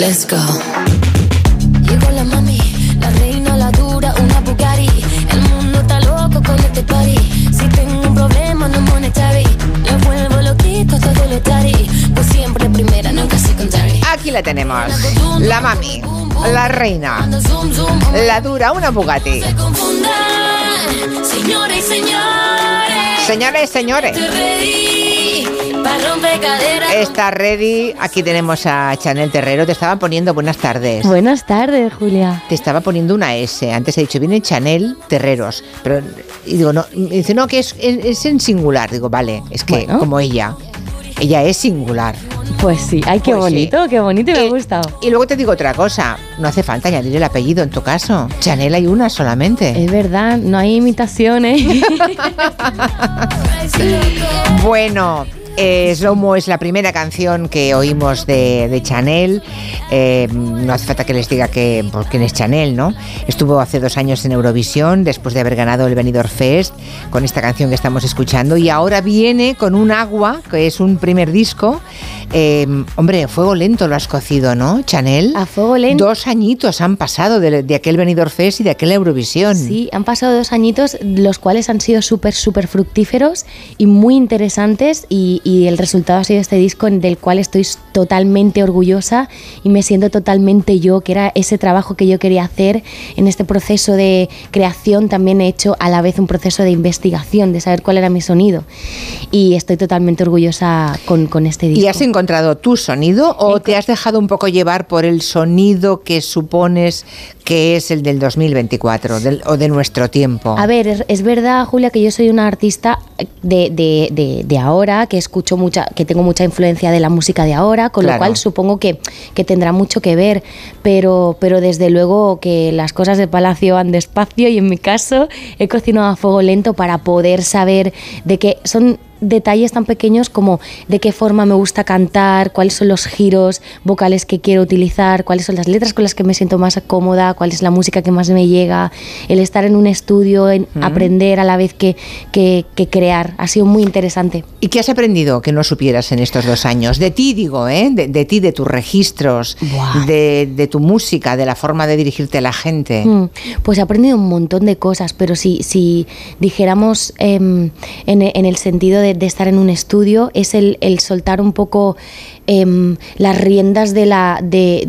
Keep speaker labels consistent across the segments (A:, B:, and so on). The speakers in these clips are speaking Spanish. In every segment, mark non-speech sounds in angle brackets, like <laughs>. A: Let's go. Llegó la mami, la reina, la dura, una Bugatti. El mundo está loco con este party. Si tengo un problema, no monetary. Me vuelvo loquito, todo lo tari. Pues siempre primera, nunca secondary.
B: Aquí la tenemos. La mami, la reina,
A: Cuando zoom, zoom, boom,
B: la dura, una Bugatti.
A: se confundan. Señores y señores,
B: Señores, señores,
A: estoy ready. Para romper caderas.
B: está ready. Aquí tenemos a Chanel Terrero. Te estaba poniendo buenas tardes.
C: Buenas tardes, Julia.
B: Te estaba poniendo una S. Antes he dicho, viene Chanel Terreros. Pero, y digo, no, y dice, no, que es, es- es en singular. Digo, vale, es que
C: Bueno.
B: como ella. Ella es singular.
C: Pues sí, ay, qué
B: Pues sí.
C: bonito, qué bonito y me
B: Eh,
C: ha gustado.
B: Y luego te digo otra cosa. No hace falta añadir el apellido en tu caso. Chanel hay una solamente.
C: Es verdad, no hay <laughs> imitaciones.
B: Bueno. eh, Slomo es la primera canción que oímos de, de Chanel. Eh, no hace falta que les diga que, pues, quién es Chanel, ¿no? Estuvo hace dos años en Eurovisión después de haber ganado el Benidorm Fest con esta canción que estamos escuchando y ahora viene con un agua que es un primer disco. Eh, hombre, fuego lento lo has cocido, ¿no, Chanel?
C: A fuego lento.
B: Dos añitos han pasado de, de aquel Benidorm Fest y de aquel Eurovisión.
C: Sí, han pasado dos añitos, los cuales han sido súper, súper fructíferos y muy interesantes. Y, y el resultado ha sido este disco del cual estoy s- totalmente orgullosa y me siento totalmente yo, que era ese trabajo que yo quería hacer en este proceso de creación. También he hecho a la vez un proceso de investigación, de saber cuál era mi sonido. Y estoy totalmente orgullosa con, con este disco.
B: ¿Y has encontrado tu sonido o te has dejado un poco llevar por el sonido que supones que es el del 2024 del- o de nuestro tiempo?
C: A ver, es, es verdad, Julia, que yo soy una artista de, de- de- de ahora, que escucho mucha, que tengo mucha influencia de la música de ahora, con
B: Claro.
C: lo cual supongo que, que tendrá mucho que ver, pero, pero desde luego que las cosas de palacio van despacio y en mi caso he cocinado a fuego lento para poder saber de qué son detalles tan pequeños como de qué forma me gusta cantar, cuáles son los giros vocales que quiero utilizar, cuáles son las letras con las que me siento más cómoda, cuál es la música que más me llega, el estar en un estudio, en aprender a la vez que, que- que crear. Ha sido muy interesante.
B: ¿Y qué has aprendido que no supieras en estos dos años? De ti, digo, ¿eh? De, de ti, de tus registros,
C: Buah.
B: de, de tu música, de la forma de dirigirte a la gente.
C: Mm, Pues he aprendido un montón de cosas, pero si, si dijéramos em, en, e- en el sentido de, de estar en un estudio, es el, el soltar un poco em, las riendas de la... De,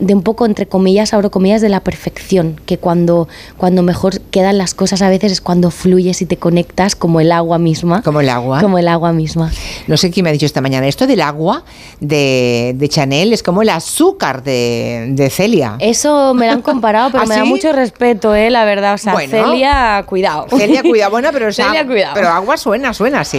C: de un poco entre comillas, abro comillas, de la perfección, que cuando, cuando mejor quedan las cosas a veces es cuando fluyes y te conectas como el agua misma.
B: Como el agua.
C: Como el agua misma.
B: No sé quién me ha dicho esta mañana. Esto del agua de, de Chanel es como el azúcar de, de Celia.
C: Eso me lo han comparado, pero
B: ¿Ah,
C: me da
B: sí?
C: mucho respeto, eh, la verdad. O sea,
B: Bueno.
C: Celia, cuidado. <laughs>
B: Celia, cuidado, bueno, pero, o sea,
C: Celia, cuidado.
B: pero agua suena, suena, sí.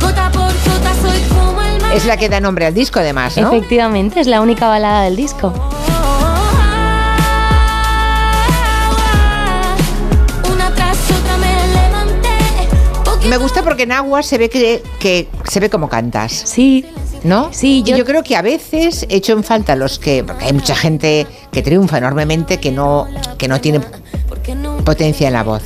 A: Gota por gota soy como el mar.
B: Es la que da nombre al disco, además, ¿no?
C: Efectivamente, es la única balada del disco.
A: Una tras otra me levanté. Poquito
B: Me gusta porque en agua se ve que, que se ve cómo cantas,
C: Sí,
B: ¿no?
C: Sí,
B: Y
C: yo-
B: yo creo que a veces echo en falta los que porque hay mucha gente que triunfa enormemente que no que no tiene
A: porque no
B: potencia en la voz,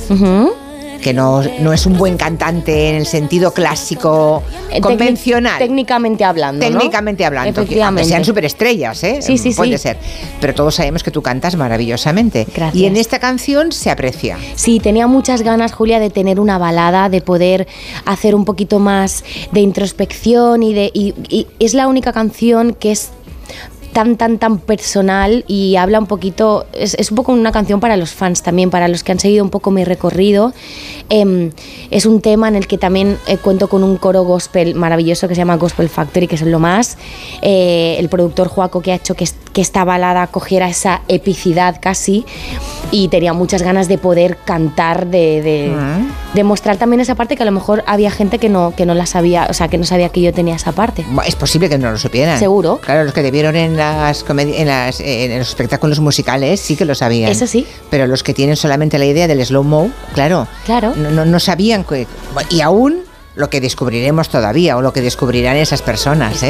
B: que no, no es un buen cantante en el sentido clásico
C: Eh,
B: convencional.
C: técnic- Técnicamente hablando. ¿no?
B: Técnicamente hablando, que aunque
C: Efectivamente.
B: sean superestrellas, ¿eh?
C: Sí, sí,
B: puede
C: sí.
B: ser. Pero todos sabemos que tú cantas maravillosamente.
C: Gracias.
B: Y en esta canción se aprecia.
C: Sí, tenía muchas ganas, Julia, de tener una balada, de poder hacer un poquito más de introspección y de. y- y es la única canción que es tan, tan, tan personal y habla un poquito, es, es un poco una canción para los fans también, para los que han seguido un poco mi recorrido. Em, es un tema en el que también eh, cuento con un coro gospel maravilloso que se llama Gospel Factory, que es lo más. Eh, el productor Joaco que ha hecho que, es- que esta balada cogiera esa epicidad casi y tenía muchas ganas de poder cantar, de, de, de mostrar también esa parte que a lo mejor había gente que no, que no la sabía, o sea, que no sabía que yo tenía esa parte.
B: Bueno, Es posible que no lo supieran.
C: Seguro.
B: Claro, los que te vieron en, las comedi- en, las- eh, en los espectáculos musicales sí que lo sabían.
C: Eso sí.
B: Pero los que tienen solamente la idea del slow-mo, claro.
C: Claro.
B: No, no- no sabían. que- y aún lo que descubriremos todavía o lo que descubrirán esas personas. ¿eh?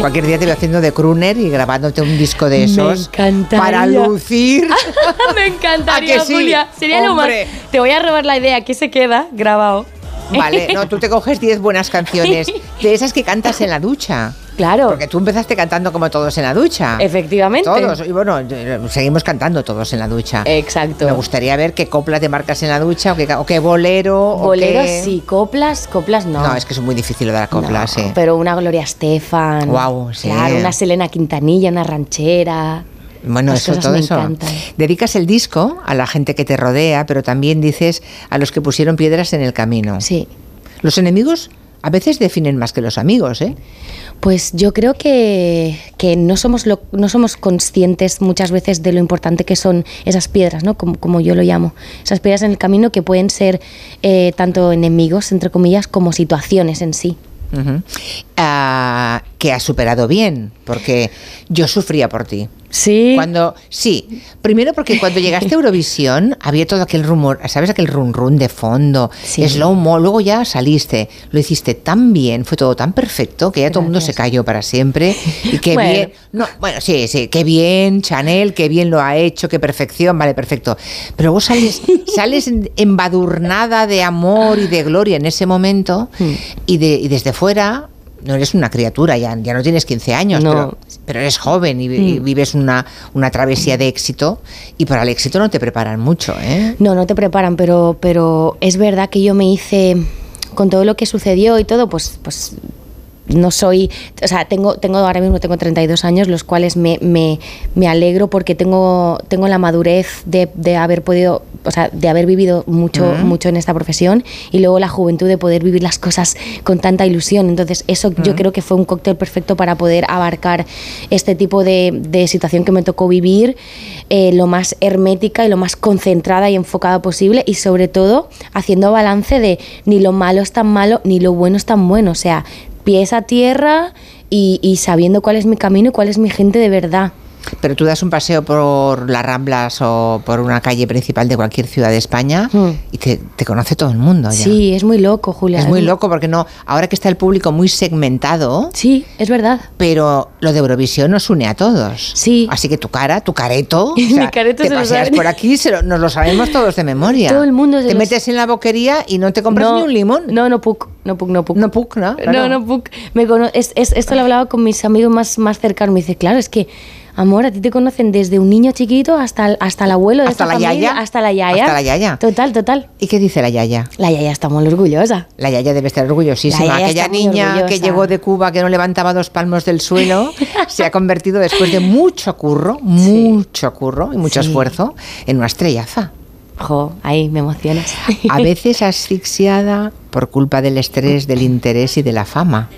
B: <laughs> Cualquier día te veo haciendo de crooner y grabándote un disco de
C: Me
B: esos.
C: encantaría. Ah.
B: Para lucir.
C: <laughs> Me
B: ¿A
C: encantaría,
B: que sí?
C: Julia. Sería lo más.
B: Hombre.
C: Te voy a robar la idea, aquí se queda grabado.
B: Vale, no, tú te coges 10
C: <laughs>
B: buenas canciones de esas que cantas en la ducha.
C: Claro.
B: Porque tú empezaste cantando como todos en la ducha.
C: Efectivamente.
B: Todos. Y bueno, eh, seguimos cantando todos en la ducha.
C: Exacto.
B: Me gustaría ver qué coplas te marcas en la ducha o qué, o qué bolero.
C: Boleros
B: o qué...
C: sí, coplas, coplas no.
B: No, es que es muy difícil lo de la copla,
C: No,
B: sí.
C: Pero una Gloria Estefan.
B: Guau, sí.
C: Claro, una Selena Quintanilla, una ranchera.
B: Bueno,
C: Las
B: eso,
C: cosas
B: todo
C: me
B: eso.
C: encantan.
B: Dedicas el disco a la gente que te rodea, pero también dices a los que pusieron piedras en el camino.
C: Sí.
B: Los enemigos a veces definen más que los amigos, ¿eh?
C: Pues yo creo que, que no, somos lo- no somos conscientes muchas veces de lo importante que son esas piedras, ¿no? Como, como yo lo llamo. Esas piedras en el camino que pueden ser eh, tanto enemigos, entre comillas, como situaciones en sí.
B: Ujú. Ah, que has superado bien, porque yo sufría por ti.
C: Sí.
B: Cuando, sí, primero porque cuando llegaste a Eurovisión había todo aquel rumor, ¿sabes? Aquel run run de fondo,
C: Sí.
B: slow mo, luego ya saliste, lo hiciste tan bien, fue todo tan perfecto que ya todo el mundo se
C: Gracias.
B: cayó para siempre. Y
C: <laughs>
B: qué
C: Bueno.
B: bien, no, bueno, sí, sí, qué bien, Chanel, qué bien lo ha hecho, qué perfección, vale, perfecto. Pero vos
C: <laughs>
B: sales, sales embadurnada de amor y de gloria en ese momento
C: Hmm.
B: y, de- y desde fuera... No eres una criatura, ya, ya no tienes 15 años,
C: No.
B: pero pero eres joven y, vi- y
C: Mm.
B: vives una, una travesía de éxito y para el éxito no te preparan mucho, ¿eh?
C: No, no te preparan, pero, pero es verdad que yo me hice, con todo lo que sucedió y todo, pues, pues no soy, o sea, tengo, tengo ahora mismo tengo 32 años, los cuales me, me, me alegro porque tengo, tengo la madurez de, de haber podido, o sea, de haber vivido mucho, mucho en esta profesión y luego la juventud de poder vivir las cosas con tanta ilusión. Entonces, eso yo creo que fue un cóctel perfecto para poder abarcar este tipo de, de situación que me tocó vivir eh, lo más hermética y lo más concentrada y enfocada posible y sobre todo haciendo balance de ni lo malo es tan malo ni lo bueno es tan bueno. O sea, pies a tierra y, y sabiendo cuál es mi camino y cuál es mi gente de verdad.
B: Pero tú das un paseo por las Ramblas o por una calle principal de cualquier ciudad de España
C: Mm.
B: y te, te conoce todo el mundo ya.
C: Sí, es muy loco, Julia.
B: Es muy loco porque no, ahora que está el público muy segmentado,
C: Sí, es verdad.
B: pero lo de Eurovisión nos une a todos.
C: Sí.
B: Así que tu cara, tu
C: <laughs>
B: careto,
C: Mi careto
B: te
C: se lo
B: paseas
C: sabe.
B: por aquí, se lo- nos lo sabemos todos de memoria.
C: Todo el mundo se
B: Te
C: lo-
B: metes en la boquería y no te compras ni un limón.
C: No, no puc, no puc, no puc.
B: No puc, ¿no? Claro.
C: No, no puc. Me cono- es- es- esto lo hablaba con mis amigos más, más cercanos. Me dice, claro, es que, amor, a ti te conocen desde un niño chiquito hasta el, hasta el abuelo de
B: Hasta
C: esta
B: la
C: familia,
B: yaya.
C: Hasta la yaya.
B: Hasta la yaya.
C: Total, total.
B: ¿Y qué dice la Yaya?
C: La yaya está muy orgullosa.
B: La Yaya debe estar orgullosísima.
C: La Yaya
B: Aquella
C: está muy
B: niña que
C: orgullosa.
B: llegó de Cuba, que no levantaba dos palmos del
C: <laughs>
B: suelo, se ha convertido después de mucho curro, mucho curro y mucho
C: Sí.
B: esfuerzo, en una estrellaza.
C: Jo, ahí me emocionas. <laughs>
B: A veces asfixiada por culpa del estrés, del interés y de la fama.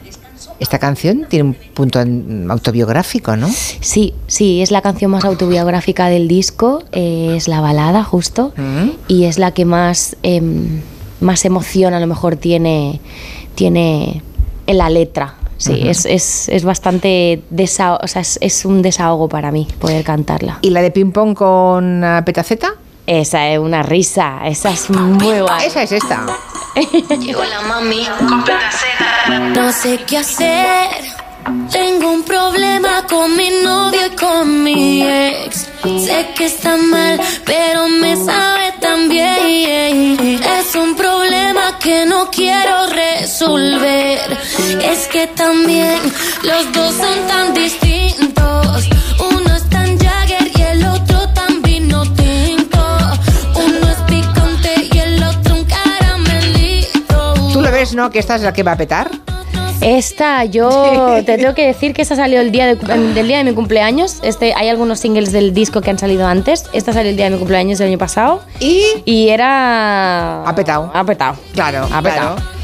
B: Esta canción tiene un punto en- autobiográfico, ¿no?
C: Sí, sí, es la canción más autobiográfica del disco, eh, es la balada justo
B: Mm.
C: y es la que más, em, más emoción a lo mejor tiene, tiene en la letra. Sí, es, es, es bastante desahogo, o sea, es, es un desahogo para mí poder cantarla.
B: ¿Y la de ping pong con ah, petaceta?
C: Esa es una risa, esa es muy guay.
B: Esa es esta.
A: Llegó la mami No sé qué hacer. Tengo un problema con mi novio y con mi ex. Sé que está mal, pero me sabe tan bien. Es un problema que no quiero resolver. Es que también los dos son tan distintos. Uno es tan Jagger y el otro tan vino tinto. Uno es picante y el otro un caramelito.
B: ¿Tú lo ves, no? Que esta es la que va a petar.
C: Esta, yo
B: <laughs>
C: te tengo que decir que esta salió el día de, cu- em, del día de mi cumpleaños. Este, hay algunos singles del disco que han salido antes. Esta salió el día de mi cumpleaños del año pasado.
B: Y
C: Y era.
B: Ha petao.
C: Ha petao.
B: Claro,
C: Ha
B: claro.
C: petao.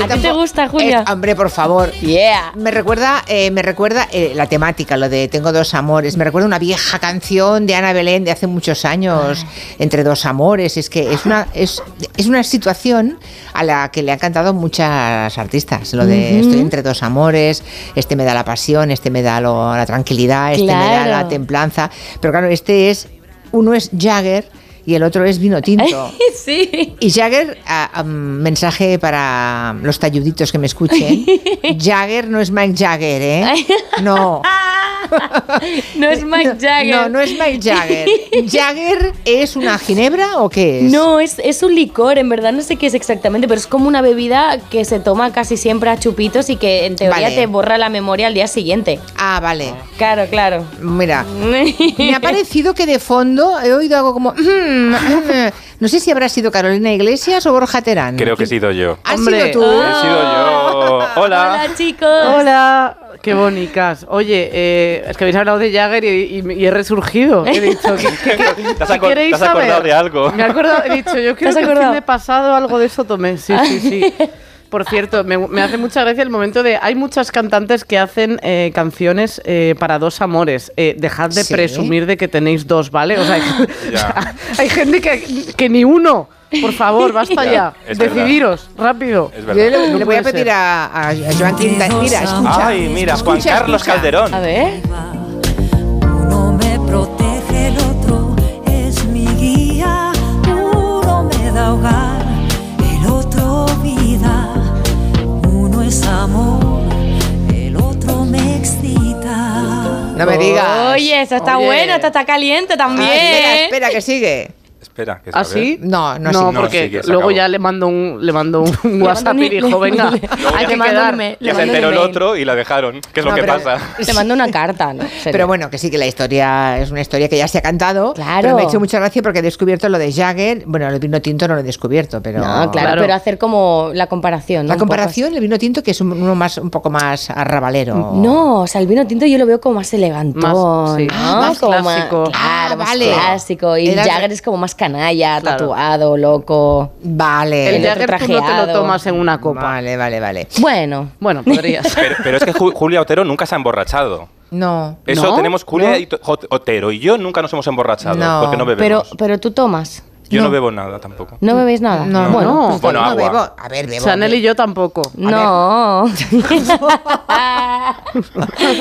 C: ¿A ti te gusta, Julia?
B: Es- hombre, por favor.
C: Yeah.
B: Me recuerda, eh, me recuerda eh, la temática, lo de Tengo dos amores. Me recuerda una vieja canción de Ana Belén de hace muchos años,
C: Ah.
B: Entre dos amores. Es que es una, es, es una situación a la que le han cantado muchas artistas. Lo de estoy entre dos amores, este me da la pasión, este me da lo- la tranquilidad, este me da
C: Claro.
B: la templanza. Pero claro, este es, uno es Jagger y el otro es vino
C: <laughs>
B: tinto.
C: <laughs> sí.
B: Y Jagger, ah, ah, mensaje para
C: <laughs>
B: los talluditos que me escuchen. Jagger no es Mike Jagger, ¿eh? No.
C: <laughs> No es Ah, Mike Jagger.
B: No, no es Mike Jagger. ¿Jagger es una ginebra o qué es?
C: No, es, es un licor, en verdad no sé qué es exactamente, pero es como una bebida que se toma casi siempre a chupitos y que en teoría
B: Vale.
C: te borra la memoria al día siguiente.
B: Ah, vale.
C: Claro,
B: <laughs>
C: claro.
B: Mira, me ha parecido que de fondo he oído algo como... "Mm, no sé si habrá sido Carolina Iglesias o Borja Terán.
D: Creo que he sido yo.
B: ¿Has
E: Hombre.
B: sido tú?
C: ah.
D: He sido
C: <laughs>
D: yo. Hola.
C: Hola chicos.
E: Hola, qué bonitas. Oye, eh, es que habéis hablado de Jagger y, y- y
B: <laughs>
E: he resurgido. He dicho, ¿qué- qué- qué-
D: ¿Te has
E: si
D: acor-
E: queréis
D: te has acordado
E: saber?
D: de algo?
E: Me he acordado, he dicho,
B: <laughs>
E: yo creo
C: has
E: que el fin
C: acordado?
E: de pasado algo de eso tomé. Sí, sí, sí. Por cierto, me, me hace mucha gracia el momento de. Hay muchas cantantes que hacen eh, canciones eh, para dos amores. Eh, dejad de
B: Sí.
E: presumir de que tenéis dos, ¿vale? O
B: <laughs>
E: sea,
D: Ya.
E: <laughs> hay gente que, que ni uno. Por favor, basta
D: Ya,
E: ya.
D: es verdad.
E: Decidiros, rápido.
D: Es
B: Yo
D: verdad.
B: le, le voy
E: puede
B: a pedir
E: ser.
B: a, a- a Joan Quintanilla. Mira, escucha.
D: Ay, mira, Juan
B: Escucha,
D: Carlos
B: escucha.
D: Calderón.
C: A ver.
F: Uno me protege, el otro es mi guía. Uno me da hogar, el otro vida. Uno es amor, el otro me excita.
B: No me digas.
C: Oye, esta está
E: Oye.
C: buena, esta está caliente
B: Ah,
C: también.
B: espera, espera, que sigue.
D: Espera, que es- a
E: ¿Ah, sí?
D: ver.
B: No, no,
E: no
B: sí.
D: No,
E: porque
D: sí, que se
E: luego
D: acabó.
E: ya le mando un, le mando
C: <laughs>
E: un WhatsApp
C: un
E: y
C: email. <laughs>
E: dijo, venga,
C: Le-
E: hay
C: le
E: que
C: mando un
E: quedar.
C: email.
D: Que
C: Le
D: se
C: mando un
D: enteró el
C: email.
D: otro y la dejaron. ¿Qué es lo
B: No,
D: que
B: pero-
D: pasa?
C: Te mando una carta, ¿no?
B: Pero bueno, que sí, que la historia es una historia que ya se ha cantado.
C: Claro.
B: Pero me ha hecho mucha gracia porque he descubierto lo de Jagger. Bueno, el vino tinto no lo he descubierto, pero.
C: No, claro,
E: Claro.
C: pero hacer como la comparación. ¿no?
B: La
C: Un poco
B: comparación, el vino tinto, que es un- uno más, un poco más arrabalero.
C: así. No, o sea, el vino tinto yo lo veo como más elegantón.
E: Oh. Más- sí,
C: ¿no?
E: más
C: Como más-
E: clásico.
B: Ah,
C: claro, más
B: vale.
C: clásico. Y
B: Era-
C: Jagger es como más canalla,
E: Claro.
C: tatuado, loco.
B: Vale.
E: El
C: El otro
E: Jagger tú no te lo
C: trajeado.
E: tomas en una copa.
B: Vale, vale, vale.
C: Bueno. <laughs>
E: Bueno, podrías.
D: Pero, pero es que Ju- Julia Otero nunca se ha emborrachado.
B: No.
D: Eso
E: ¿No?
D: tenemos Julia
E: ¿No?
D: y to- Jot- Otero y yo nunca nos hemos emborrachado
B: No,
D: porque no
C: Pero,
D: bebemos.
C: pero tú tomas.
D: yo no. bebo nada tampoco.
C: ¿No bebéis nada?
B: Mm, No.
C: Bueno,
E: No.
B: Pues
D: Bueno,
B: no
D: agua.
B: bebo. A ver, bebo.
E: Chanel y yo tampoco.
C: No.
B: <laughs>
C: <laughs>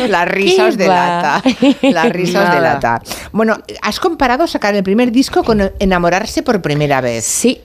B: La risa
C: ¿Qué
B: os delata.
C: va?
B: La risa os
E: Nada.
B: delata. Bueno, has comparado sacar el primer disco con enamorarse por primera vez.
C: <laughs> sí,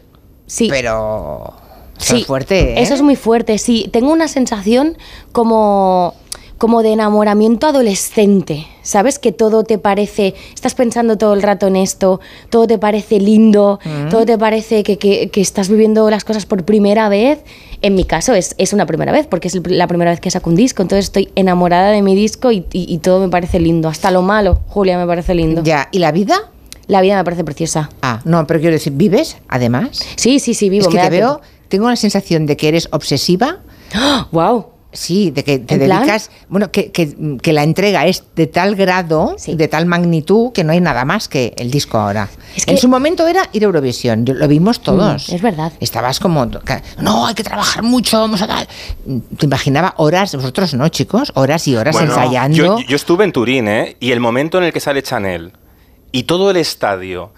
C: sí.
B: Pero. Eso
C: sí.
B: es fuerte, ¿eh?
C: Eso es muy fuerte, sí. Tengo una sensación como, como de enamoramiento adolescente. ¿Sabes? Que todo te parece. Estás pensando todo el rato en esto, todo te parece lindo,
B: Mm.
C: todo te parece que, que- que estás viviendo las cosas por primera vez. En mi caso es, es una primera vez, porque es el pr- la primera vez que saco un disco. Entonces estoy enamorada de mi disco y, y- y todo me parece lindo. Hasta lo malo, Julia, me parece lindo.
B: Ya, ¿y la vida?
C: La vida me parece preciosa.
B: Ah, no, pero quiero decir, ¿vives además?
C: Sí, sí, sí,
B: es
C: vivo.
B: que
C: me
B: te
C: da
B: veo,
C: tiempo.
B: tengo la sensación de que eres obsesiva,
C: ¡Ah! ¡Guau!
B: sí, de que te
C: ¿En plan?
B: dedicas, bueno, que, que- que la entrega es de tal grado,
C: Sí.
B: de tal magnitud, que no hay nada más que el disco ahora.
C: Es que-
B: En su momento era ir a Eurovisión, yo- lo vimos todos.
C: Mm, es verdad.
B: Estabas como, ca- no, hay que trabajar mucho, vamos a tal. Te imaginaba horas, vosotros no, chicos, horas y horas
D: Bueno,
B: ensayando.
D: Yo, yo estuve en Turín, ¿eh? Y el momento en el que sale Chanel y todo el estadio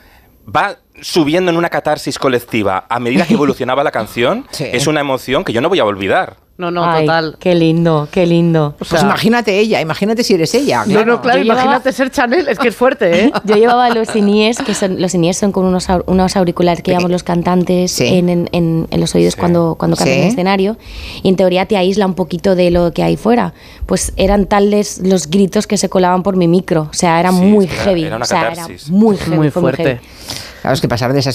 D: va subiendo en una catarsis colectiva a medida
B: <laughs>
D: que evolucionaba la canción,
B: Sí.
D: es una emoción que yo no voy a olvidar.
E: No, no,
C: Ay,
E: total.
C: Qué lindo, qué lindo.
E: O
B: pues imagínate ella, imagínate si eres ella.
E: No,
B: claro.
E: no, claro,
C: Yo llevaba-
E: imagínate ser Chanel, es que
C: <laughs>
E: es fuerte, ¿eh?
C: Yo llevaba los inies, que son, los inies son con unos, au- unos auriculares que llevamos los cantantes
B: Sí.
C: en, en- en- en los oídos
D: Sí.
C: cuando, cuando cantan en
B: Sí.
C: el escenario y en teoría te aísla un poquito de lo que hay fuera. Pues eran tales los gritos que se colaban por mi micro, o sea, era
D: Sí,
C: muy
D: es que era-
C: heavy.
D: era una
C: o sea, era
D: catarsis.
C: muy heavy.
E: Muy
C: fue muy
E: fuerte.
C: heavy.
B: Claro, es que pasar de esa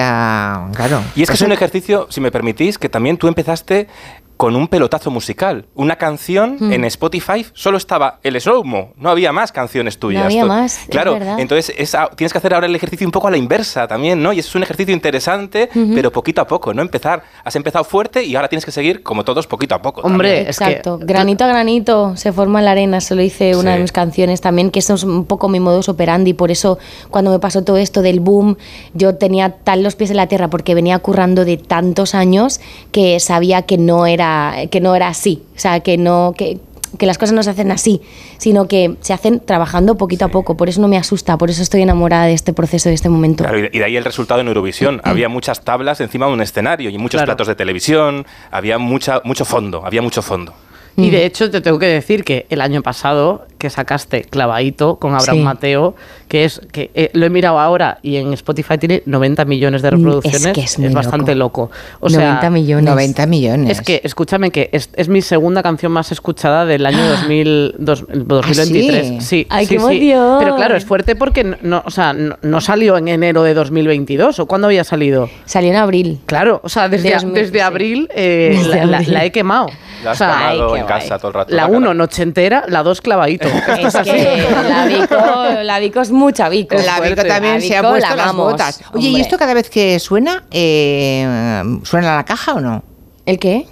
B: experiencia, claro. Pues
D: Y es que es
B: Eso-
D: un ejercicio, si me permitís, que también tú empezaste con un pelotazo musical. Una canción
C: Hmm.
D: en Spotify solo estaba el Slowmo, no había más canciones tuyas.
C: había
D: Tú-
C: más, es
D: Claro,
C: verdad.
D: entonces es a- tienes que hacer ahora el ejercicio un poco a la inversa también, ¿no? Y es un ejercicio interesante, pero poquito a poco, ¿no? Empezar, has empezado fuerte y ahora tienes que seguir, como todos, poquito a poco.
E: Hombre, es que-
C: Exacto, granito a granito se forma la arena, se lo hice una
D: Sí.
C: de mis canciones también, que eso es un poco mi modus operandi, por eso cuando me pasó todo esto del boom, yo tenía tal los pies en la tierra porque venía currando de tantos años que sabía que no era que no era así, o sea, que no que que las cosas no se hacen así, sino que se hacen trabajando poquito a poco, por eso no me asusta, por eso estoy enamorada de este proceso, de este momento.
D: Claro, y de- y de ahí el resultado en Eurovisión. había muchas tablas encima de un escenario y muchos
E: Claro.
D: platos de televisión, había mucha, mucho fondo, había mucho fondo.
E: Y de hecho te tengo que decir que el año pasado que sacaste Clavadito con Abraham
C: Sí.
E: Mateo, que es que eh, lo he mirado ahora y en Spotify tiene 90 millones de
C: Mm, es
E: reproducciones,
C: que es muy
E: bastante loco. O
C: 90
E: sea,
C: millones.
B: 90 millones.
E: es que, escúchame, que es, es mi segunda canción más escuchada del
C: <gasps>
E: año 2000, dos-
B: ¿Ah, sí?
E: 2023. Sí,
C: Ah, ¡Ay,
E: sí,
C: qué
E: sí.
C: emoción!
E: Pero claro, es fuerte porque no, no- o sea, no, no salió en enero de 2022. ¿O cuándo había salido?
C: Salió en abril.
E: Claro, o sea, desde,
C: Dios mío,
E: desde
C: sí.
E: abril, eh,
C: Desde
E: la, la-
C: abril.
E: la he quemado.
D: La
E: O
D: has
E: sea,
D: tomado
C: qué
D: en
C: guay.
D: casa todo el rato.
E: la
D: cara.
E: 1 nochentera, la 2 clavadito.
C: Es que la Vico, la Vico es mucha Vico.
B: La Vico también
C: La
B: se ha
C: Vico
B: puesto
C: la
B: las
C: amamos,
B: botas. Oye, ¿y
C: hombre.
B: esto cada vez que suena, eh, suena la caja o no?
C: ¿El qué?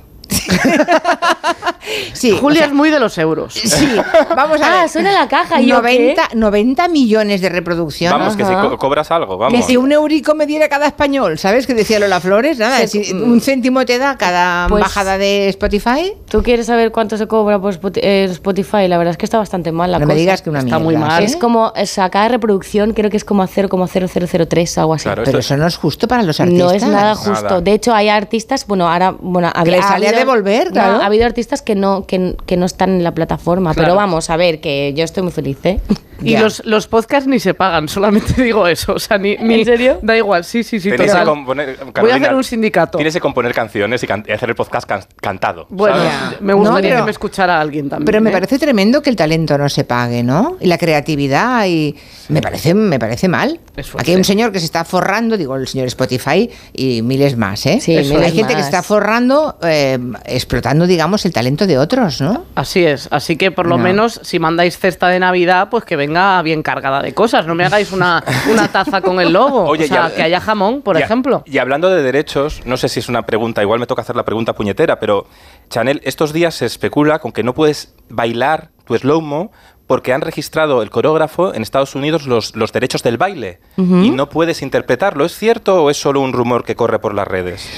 B: Sí. o
E: <laughs> Julia
B: sea,
E: es muy de los
C: <laughs>
E: euros.
B: Sí, vamos a
C: Ah,
B: ver.
C: suena la caja, ¿y yo
B: 90, 90 millones de reproducción.
D: Vamos, que si
C: Ajá.
D: co- cobras algo, vamos.
B: Que si un eurico me diera cada español, ¿sabes? Que decía Lola Flores, nada,
C: Se-
B: si un céntimo te da cada
C: Pues-
B: bajada de Spotify,
C: ¿Tú quieres saber cuánto se cobra por Spoti- eh, Spotify? La verdad es que está bastante mal la
B: no
C: cosa.
B: me digas que una
E: Está muy
B: mierda,
E: mal.
B: ¿eh?
C: Es como, o sea, cada reproducción creo que es como a 0,0003 o algo así.
D: Claro,
B: Pero
D: esto-
B: eso no es justo para los artistas.
C: No es nada justo.
D: Nada.
C: De hecho, hay artistas, bueno, ahora, bueno, ha,
B: Que les
C: ha
B: sale a devolver,
C: no,
B: claro.
C: ha habido artistas que no, que, que no están en la plataforma,
E: Claro.
C: pero vamos, a ver, que yo estoy muy feliz, ¿eh?
E: Y
B: Ya.
E: los, los podcasts ni se pagan, solamente <laughs> digo eso. O sea, ni, ni-
C: ¿En serio?
E: Da igual, sí, sí, sí.
D: Tienes que
E: total.
D: componer-
E: Voy a
D: Carolina,
E: hacer un sindicato.
D: Tienes que componer canciones y, can- y hacer el podcast can- cantado.
E: Bueno,
D: ¿sabes?
B: ¿sabes?
E: me gustaría
B: No, pero-
E: que me escuchara alguien también.
B: Pero me
E: ¿eh?
B: parece tremendo que el talento no se pague, ¿no? Y la creatividad y me parece me parece mal.
E: Es fuerte.
B: Aquí hay un señor que se está forrando, digo el señor Spotify y miles más, ¿eh?
C: Sí,
B: hay
C: Eso miles
B: gente que
C: más.
B: está forrando, eh, explotando, digamos, el talento de otros, ¿no?
E: Así es, así que por lo
B: No.
E: menos si mandáis cesta de Navidad, pues que venga bien cargada de cosas. No me hagáis
D: <laughs>
E: una, una taza con el logo.
D: Oye,
E: o sea,
D: ya-
E: que haya jamón, por
D: Y a-
E: ejemplo.
D: Y hablando de derechos, no sé si es una pregunta, igual me toca hacer la pregunta puñetera, pero Chanel, estos días se especula con que no puedes bailar tu slow-mo porque han registrado el coreógrafo en Estados Unidos los, los derechos del baile y no puedes interpretarlo. ¿Es cierto o es solo un rumor que corre por las redes?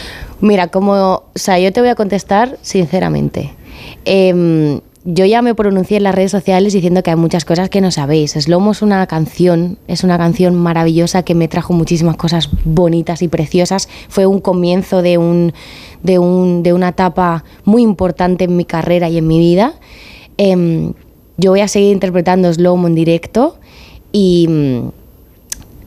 C: Mira, como, o sea, yo te voy a contestar sinceramente. Em, yo ya me pronuncié en las redes sociales diciendo que hay muchas cosas que no sabéis. Slomo es una canción, es una canción maravillosa que me trajo muchísimas cosas bonitas y preciosas. Fue un comienzo de, un, de, un, de una etapa muy importante en mi carrera y en mi vida. Em, yo voy a seguir interpretando Slomo en directo y,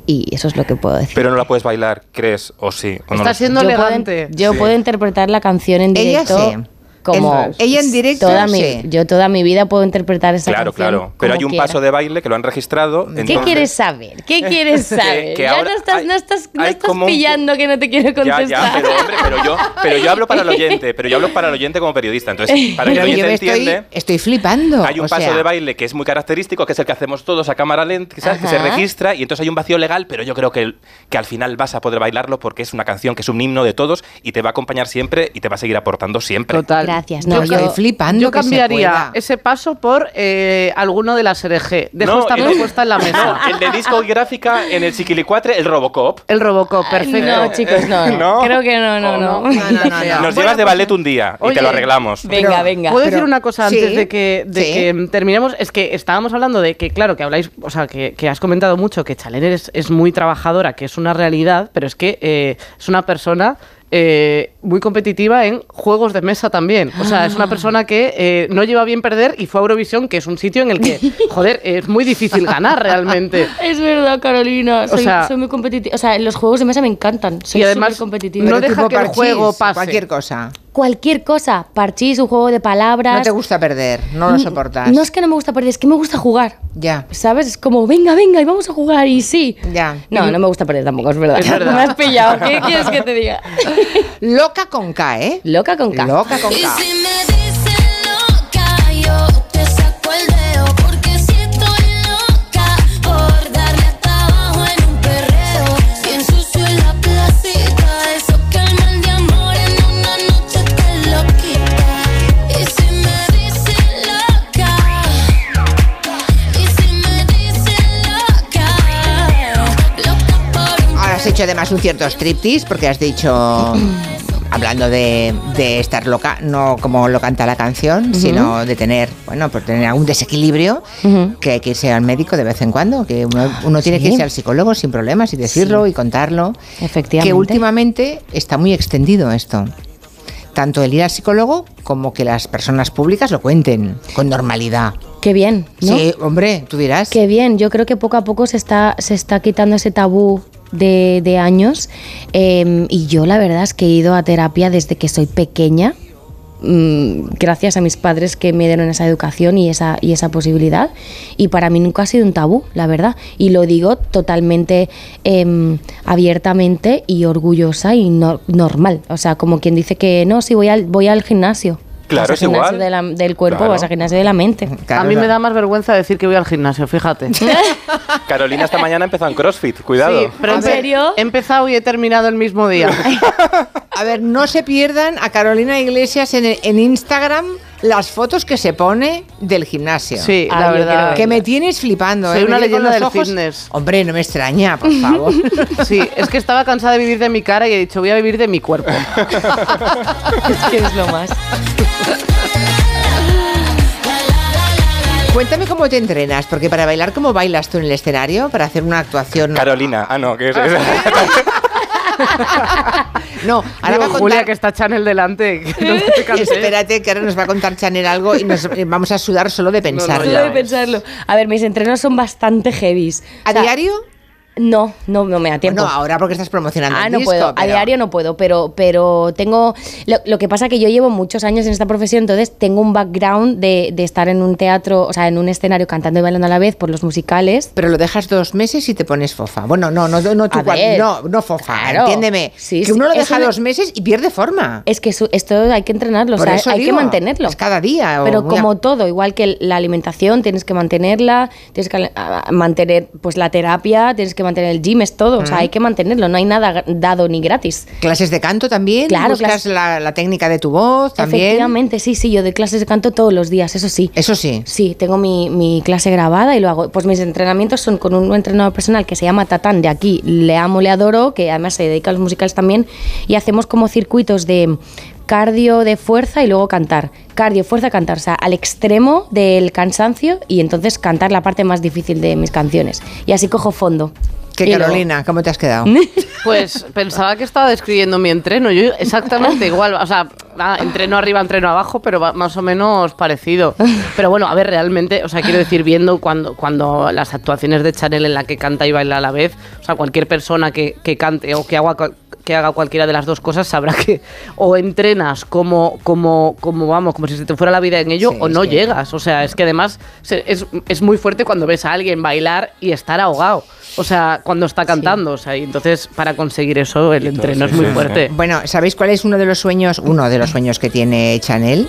C: y eso es lo que puedo decir.
D: Pero no la puedes bailar, ¿crees? ¿O sí? o no
E: Está
D: lo-
E: siendo-
C: Yo puedo
E: elegante.
C: en- Yo
D: Sí.
C: puedo interpretar la canción en
B: Ella
C: directo.
B: sí.
C: Como
B: Eso es. Ella en directo,
C: toda mi-
B: sí.
C: yo toda mi vida puedo interpretar esa
D: Claro,
C: canción.
D: claro. Pero
C: como
D: hay un
C: quiera.
D: paso de baile que lo han registrado.
C: ¿Qué
D: entonces-
C: quieres saber?
D: <laughs>
C: ¿Qué quieres
D: Que-
C: saber?
D: que
C: ya
D: ahora
C: no estás,
D: hay-
C: no estás, no
D: hay
C: estás
D: como un-
C: pillando que no te quiero
D: Ya,
C: contestar.
D: ya,
C: <laughs>
D: pero hombre, pero yo, pero yo hablo para el oyente, pero yo hablo para el oyente como periodista. Entonces, para que el
B: Pero yo
D: oyente
B: me
D: entiende.
B: estoy, estoy flipando.
D: Hay un
B: o
D: paso
B: sea,
D: de baile que es muy característico, que es el que hacemos todos a cámara lenta, que, ¿sabes? que se
C: Ajá.
D: registra y entonces hay un vacío legal, pero yo creo que, el- que al final vas a poder bailarlo porque es una canción que es un himno de todos y te va a acompañar siempre y te va a seguir aportando siempre.
E: Total.
C: Gracias. No,
B: Yo
C: yo,
B: estoy flipando.
E: Yo
B: que se
E: cambiaría
B: pueda.
E: ese paso por eh, alguno de las RG. Dejo
D: No,
E: esta
D: el-
E: propuesta en la mesa.
D: <laughs> No, el de disco y gráfica en el chiquilicuatre, el Robocop.
E: El Robocop, perfecto.
C: no, <laughs> chicos, no, no.
D: ¿eh? No.
C: Creo que no, no, <laughs> no.
E: no, no, no, no.
D: Nos
E: Bueno,
D: llevas de ballet un día y te
E: oye,
D: lo arreglamos.
C: Venga,
B: Pero-
C: venga.
E: ¿Puedo
B: pero-
E: decir una cosa antes
B: Sí,
E: de, que, de
B: sí.
E: que terminemos? Es que estábamos hablando de que, claro, que habláis, o sea, que, que has comentado mucho que Chalener es, es muy trabajadora, que es una realidad, pero es que eh, es una persona eh, muy competitiva en juegos de mesa también. O sea, es
C: Ah.
E: una persona que eh, no lleva bien perder y fue a Eurovisión, que es un sitio en el que,
C: <laughs>
E: joder, es muy difícil ganar realmente.
C: Es verdad, Carolina. Soy,
E: sea-
C: soy muy competitiva. O sea, los juegos de mesa me encantan. Soy
E: Y además,
C: súper competitiva.
E: no
B: Pero
E: deja
B: tipo
E: que el juego pase.
B: Cualquier cosa.
C: Cualquier cosa, parchís, un juego de palabras.
B: No te gusta perder, no lo soportas.
C: No es que no me gusta perder, es que me gusta jugar.
B: Ya.
C: ¿Sabes? Es como, venga, venga, y vamos a jugar, y sí.
B: Ya.
C: No, no me gusta perder tampoco, es verdad.
E: Es verdad.
C: <laughs> Me has pillado, ¿qué quieres que te
E: <laughs>
C: diga?
B: Loca con K, ¿eh?
C: Loca con K.
B: Loca con
A: Y
B: K.
A: si me dicen loca, yo te saco el dedo porque si estoy loca por darle hasta abajo en un perreo. Bien sucio en la placita, eso que el mal de amor en una noche te lo quita. Y si me dicen loca, y si me dicen loca, loca por un
B: Ahora has hecho además un cierto striptease porque has
C: <clears throat>
B: dicho, hablando de, de estar loca, no como lo canta la canción, sino de tener, bueno, por tener algún desequilibrio, que hay que irse al médico de vez en cuando, que uno, uno tiene que
C: Ah, Sí.
B: irse al psicólogo sin problemas y decirlo y contarlo.
C: Efectivamente.
B: Que últimamente está muy extendido esto. tanto el ir al psicólogo como que las personas públicas lo cuenten con normalidad.
C: Qué bien, ¿no?
B: Sí, hombre, tú dirás.
C: Qué bien, yo creo que poco a poco se está, se está quitando ese tabú de, de años. Eh, y yo la verdad es que he ido a terapia desde que soy pequeña, mm, gracias a mis padres que me dieron esa educación y esa, y esa posibilidad. Y para mí nunca ha sido un tabú, la verdad. Y lo digo totalmente em, abiertamente y orgullosa y no- normal. O sea, como quien dice que no, sí, voy al, voy al gimnasio.
D: Claro,
C: Vas
D: es
C: al gimnasio
D: igual.
C: de la- del cuerpo,
D: Claro.
C: vas al gimnasio de la mente.
B: Claro,
E: a mí
B: no.
E: me da más vergüenza decir que voy al gimnasio, fíjate.
C: <laughs>
D: Carolina esta mañana empezó en CrossFit, cuidado.
E: Sí, pero
C: ¿En
E: empe-
C: serio?
E: He empezado y he terminado el mismo día.
C: <laughs>
B: A ver, no se pierdan a Carolina Iglesias en, en Instagram las fotos que se pone del gimnasio.
E: Sí,
C: Ah,
E: la
C: yo
E: verdad.
B: Que me tienes flipando.
E: Soy
B: ¿eh?
E: una
B: Me tiene con
E: leyenda
B: los
E: del
B: ojos-
E: fitness.
B: Hombre, no me extraña,
E: <laughs>
B: por favor.
E: Sí, es que estaba cansada de vivir de mi cara y he dicho, voy a vivir de mi <laughs> cuerpo.
C: <laughs> es que es lo más.
B: Cuéntame cómo te entrenas, porque para bailar, ¿cómo bailas tú en el escenario? Para hacer una actuación.
D: Carolina, ah no, que es, <laughs>
B: No, ahora va a
E: Digo,
B: contar.
E: Julia, que está Chanel delante. que no <laughs> te canses.
B: Espérate, que ahora nos va a contar Chanel algo y nos eh, vamos a sudar solo de pensarlo.
E: ya.
C: Solo de pensarlo. A ver, mis entrenos son bastante heavies.
B: ¿A
C: O sea,
B: diario?
C: No, no, no me da tiempo.
B: No, ahora porque estás promocionando.
C: Ah,
B: el
C: no
B: disco,
C: puedo. A
B: pero-
C: diario no puedo, pero, pero tengo. Lo, lo que pasa que yo llevo muchos años en esta profesión, entonces tengo un background de, de estar en un teatro, o sea, en un escenario cantando y bailando a la vez por los musicales.
B: Pero lo dejas dos meses y te pones fofa. Bueno, no, no, no, tú
C: A
B: cual-
C: ver,
B: no, no fofa,
C: claro.
B: entiéndeme.
C: Sí,
B: que
C: sí,
B: uno lo
C: es
B: deja
C: una- Eh,
B: dos meses y pierde forma.
C: Es que eso- esto hay que entrenarlo, o
B: Por
C: sea,
B: eso
C: hay
B: digo,
C: que mantenerlo.
B: es cada día, o
C: Pero
B: muy
C: como
B: a-
C: todo, igual que la alimentación, tienes que mantenerla, tienes que ah, mantener pues la terapia, tienes que mantener el gym, es todo. O sea, hay que mantenerlo, no hay nada dado ni gratis.
B: Clases de canto también,
C: Claro,
B: buscas
C: clases-
B: la, la técnica de tu voz también.
C: Efectivamente, sí, sí, yo doy clases de canto todos los días, eso sí.
B: Eso sí.
C: Sí, tengo mi, mi clase grabada y lo hago. Pues mis entrenamientos son con un entrenador personal que se llama Tatán de aquí, le amo, le adoro, que además se dedica a los musicales también, y hacemos como circuitos de cardio, de fuerza y luego cantar. Cardio, fuerza, cantar, o sea, al extremo del cansancio y entonces cantar la parte más difícil de mis canciones. Y así cojo fondo.
B: Que
C: Y luego-
B: Carolina, ¿cómo te has quedado?
E: Pues pensaba que estaba describiendo mi entreno. Yo exactamente igual. O sea, nada, entreno arriba, entreno abajo, pero va- más o menos parecido. Pero bueno, a ver, realmente, o sea, quiero decir, viendo cuando, cuando las actuaciones de Chanel en la que canta y baila a la vez, o sea, cualquier persona que, que cante o que haga, cual- que haga cualquiera de las dos cosas sabrá que o entrenas como, como, como vamos, como si se te fuera la vida en ello,
B: Sí,
E: o
B: es
E: no
B: que-
E: llegas. O sea, es que además se- es, es muy fuerte cuando ves a alguien bailar y estar ahogado. O sea, cuando está cantando. O sea, y entonces para conseguir eso el entreno es muy
D: Ah.
E: fuerte.
B: Bueno, ¿sabéis cuál es uno de los sueños? Uno de los sueños que tiene
C: <laughs>
B: Chanel,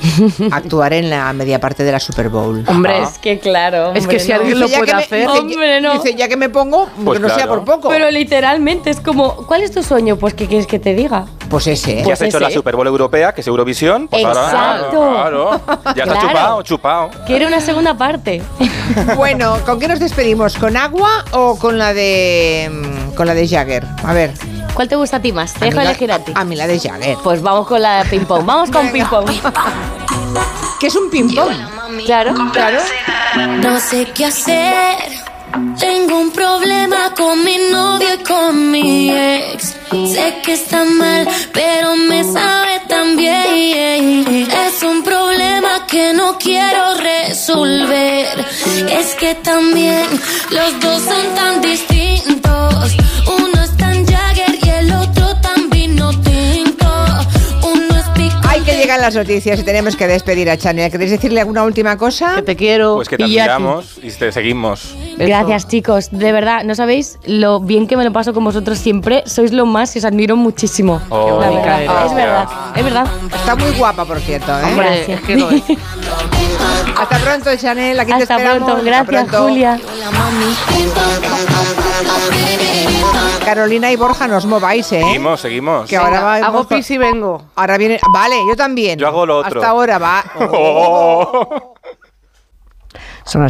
B: actuar en la media parte de la Super Bowl.
E: Hombre,
D: Ah.
C: Es que claro.
E: Es que
C: hombre,
E: si
C: no.
E: alguien lo
B: Dice, ya
E: puede
B: que me-
E: hacer.
B: dice, ya-
C: Hombre, no.
B: dice, ya que me pongo,
D: Pues
B: que no sea
D: claro.
B: por poco.
C: Pero literalmente es como, ¿cuál es tu sueño? Pues, ¿qué quieres que te diga?
B: pues ese. ¿eh?
D: ya has hecho la Super Bowl europea, que es Eurovisión, pues ahora
C: Exacto.
D: claro, ya está
C: Claro.
D: chupado, chupado.
C: Quiero una segunda parte.
B: Bueno, ¿con qué nos despedimos? ¿Con agua o con la de mm, con la de Jagger? A ver.
C: <laughs> ¿Cuál te gusta a ti más? Te
B: a
C: dejo
B: mí la-
C: elegir a ti.
B: A mí la de Jagger.
C: Pues vamos con la de ping pong. Vamos con ping
B: Venga.
C: pong.
B: Que es un ping pong.
C: Claro, claro.
A: No sé qué hacer. Tengo un problema con mi novio y con mi ex. Sé que está mal, pero me sabe también. Es un problema que no quiero resolver. Es que también los dos son tan distintos. Uno es tan Jagger y el otro tan vino tinto. Uno es picante.
B: Hay que llegan las noticias y tenemos que despedir a Chanel. ¿Queréis decirle alguna última cosa?
E: Que te quiero.
D: Pues que te
E: y a ti.
D: admiramos y te seguimos.
E: Eso.
C: Gracias, chicos. De verdad, no sabéis lo bien que me lo paso con vosotros siempre. Sois lo más y os admiro muchísimo.
D: Oh,
C: La verdad.
E: Micaela.
C: Es verdad, es verdad.
B: Está muy guapa, por cierto. ¿eh?
E: Hombre,
C: Gracias.
E: es que lo es.
B: Hasta pronto, Chanel. Aquí te
C: Hasta
B: esperamos.
C: pronto.
B: Hasta
C: Gracias,
B: pronto.
C: Julia.
A: Hola, mami.
B: Carolina y Borja, nos mováis, ¿eh?
D: Seguimos, seguimos.
B: Que ahora vamos
E: Hago
B: con-
E: pis y vengo.
B: Ahora viene. Vale, yo también.
D: Yo hago lo otro.
B: Hasta ahora va.
D: Oh.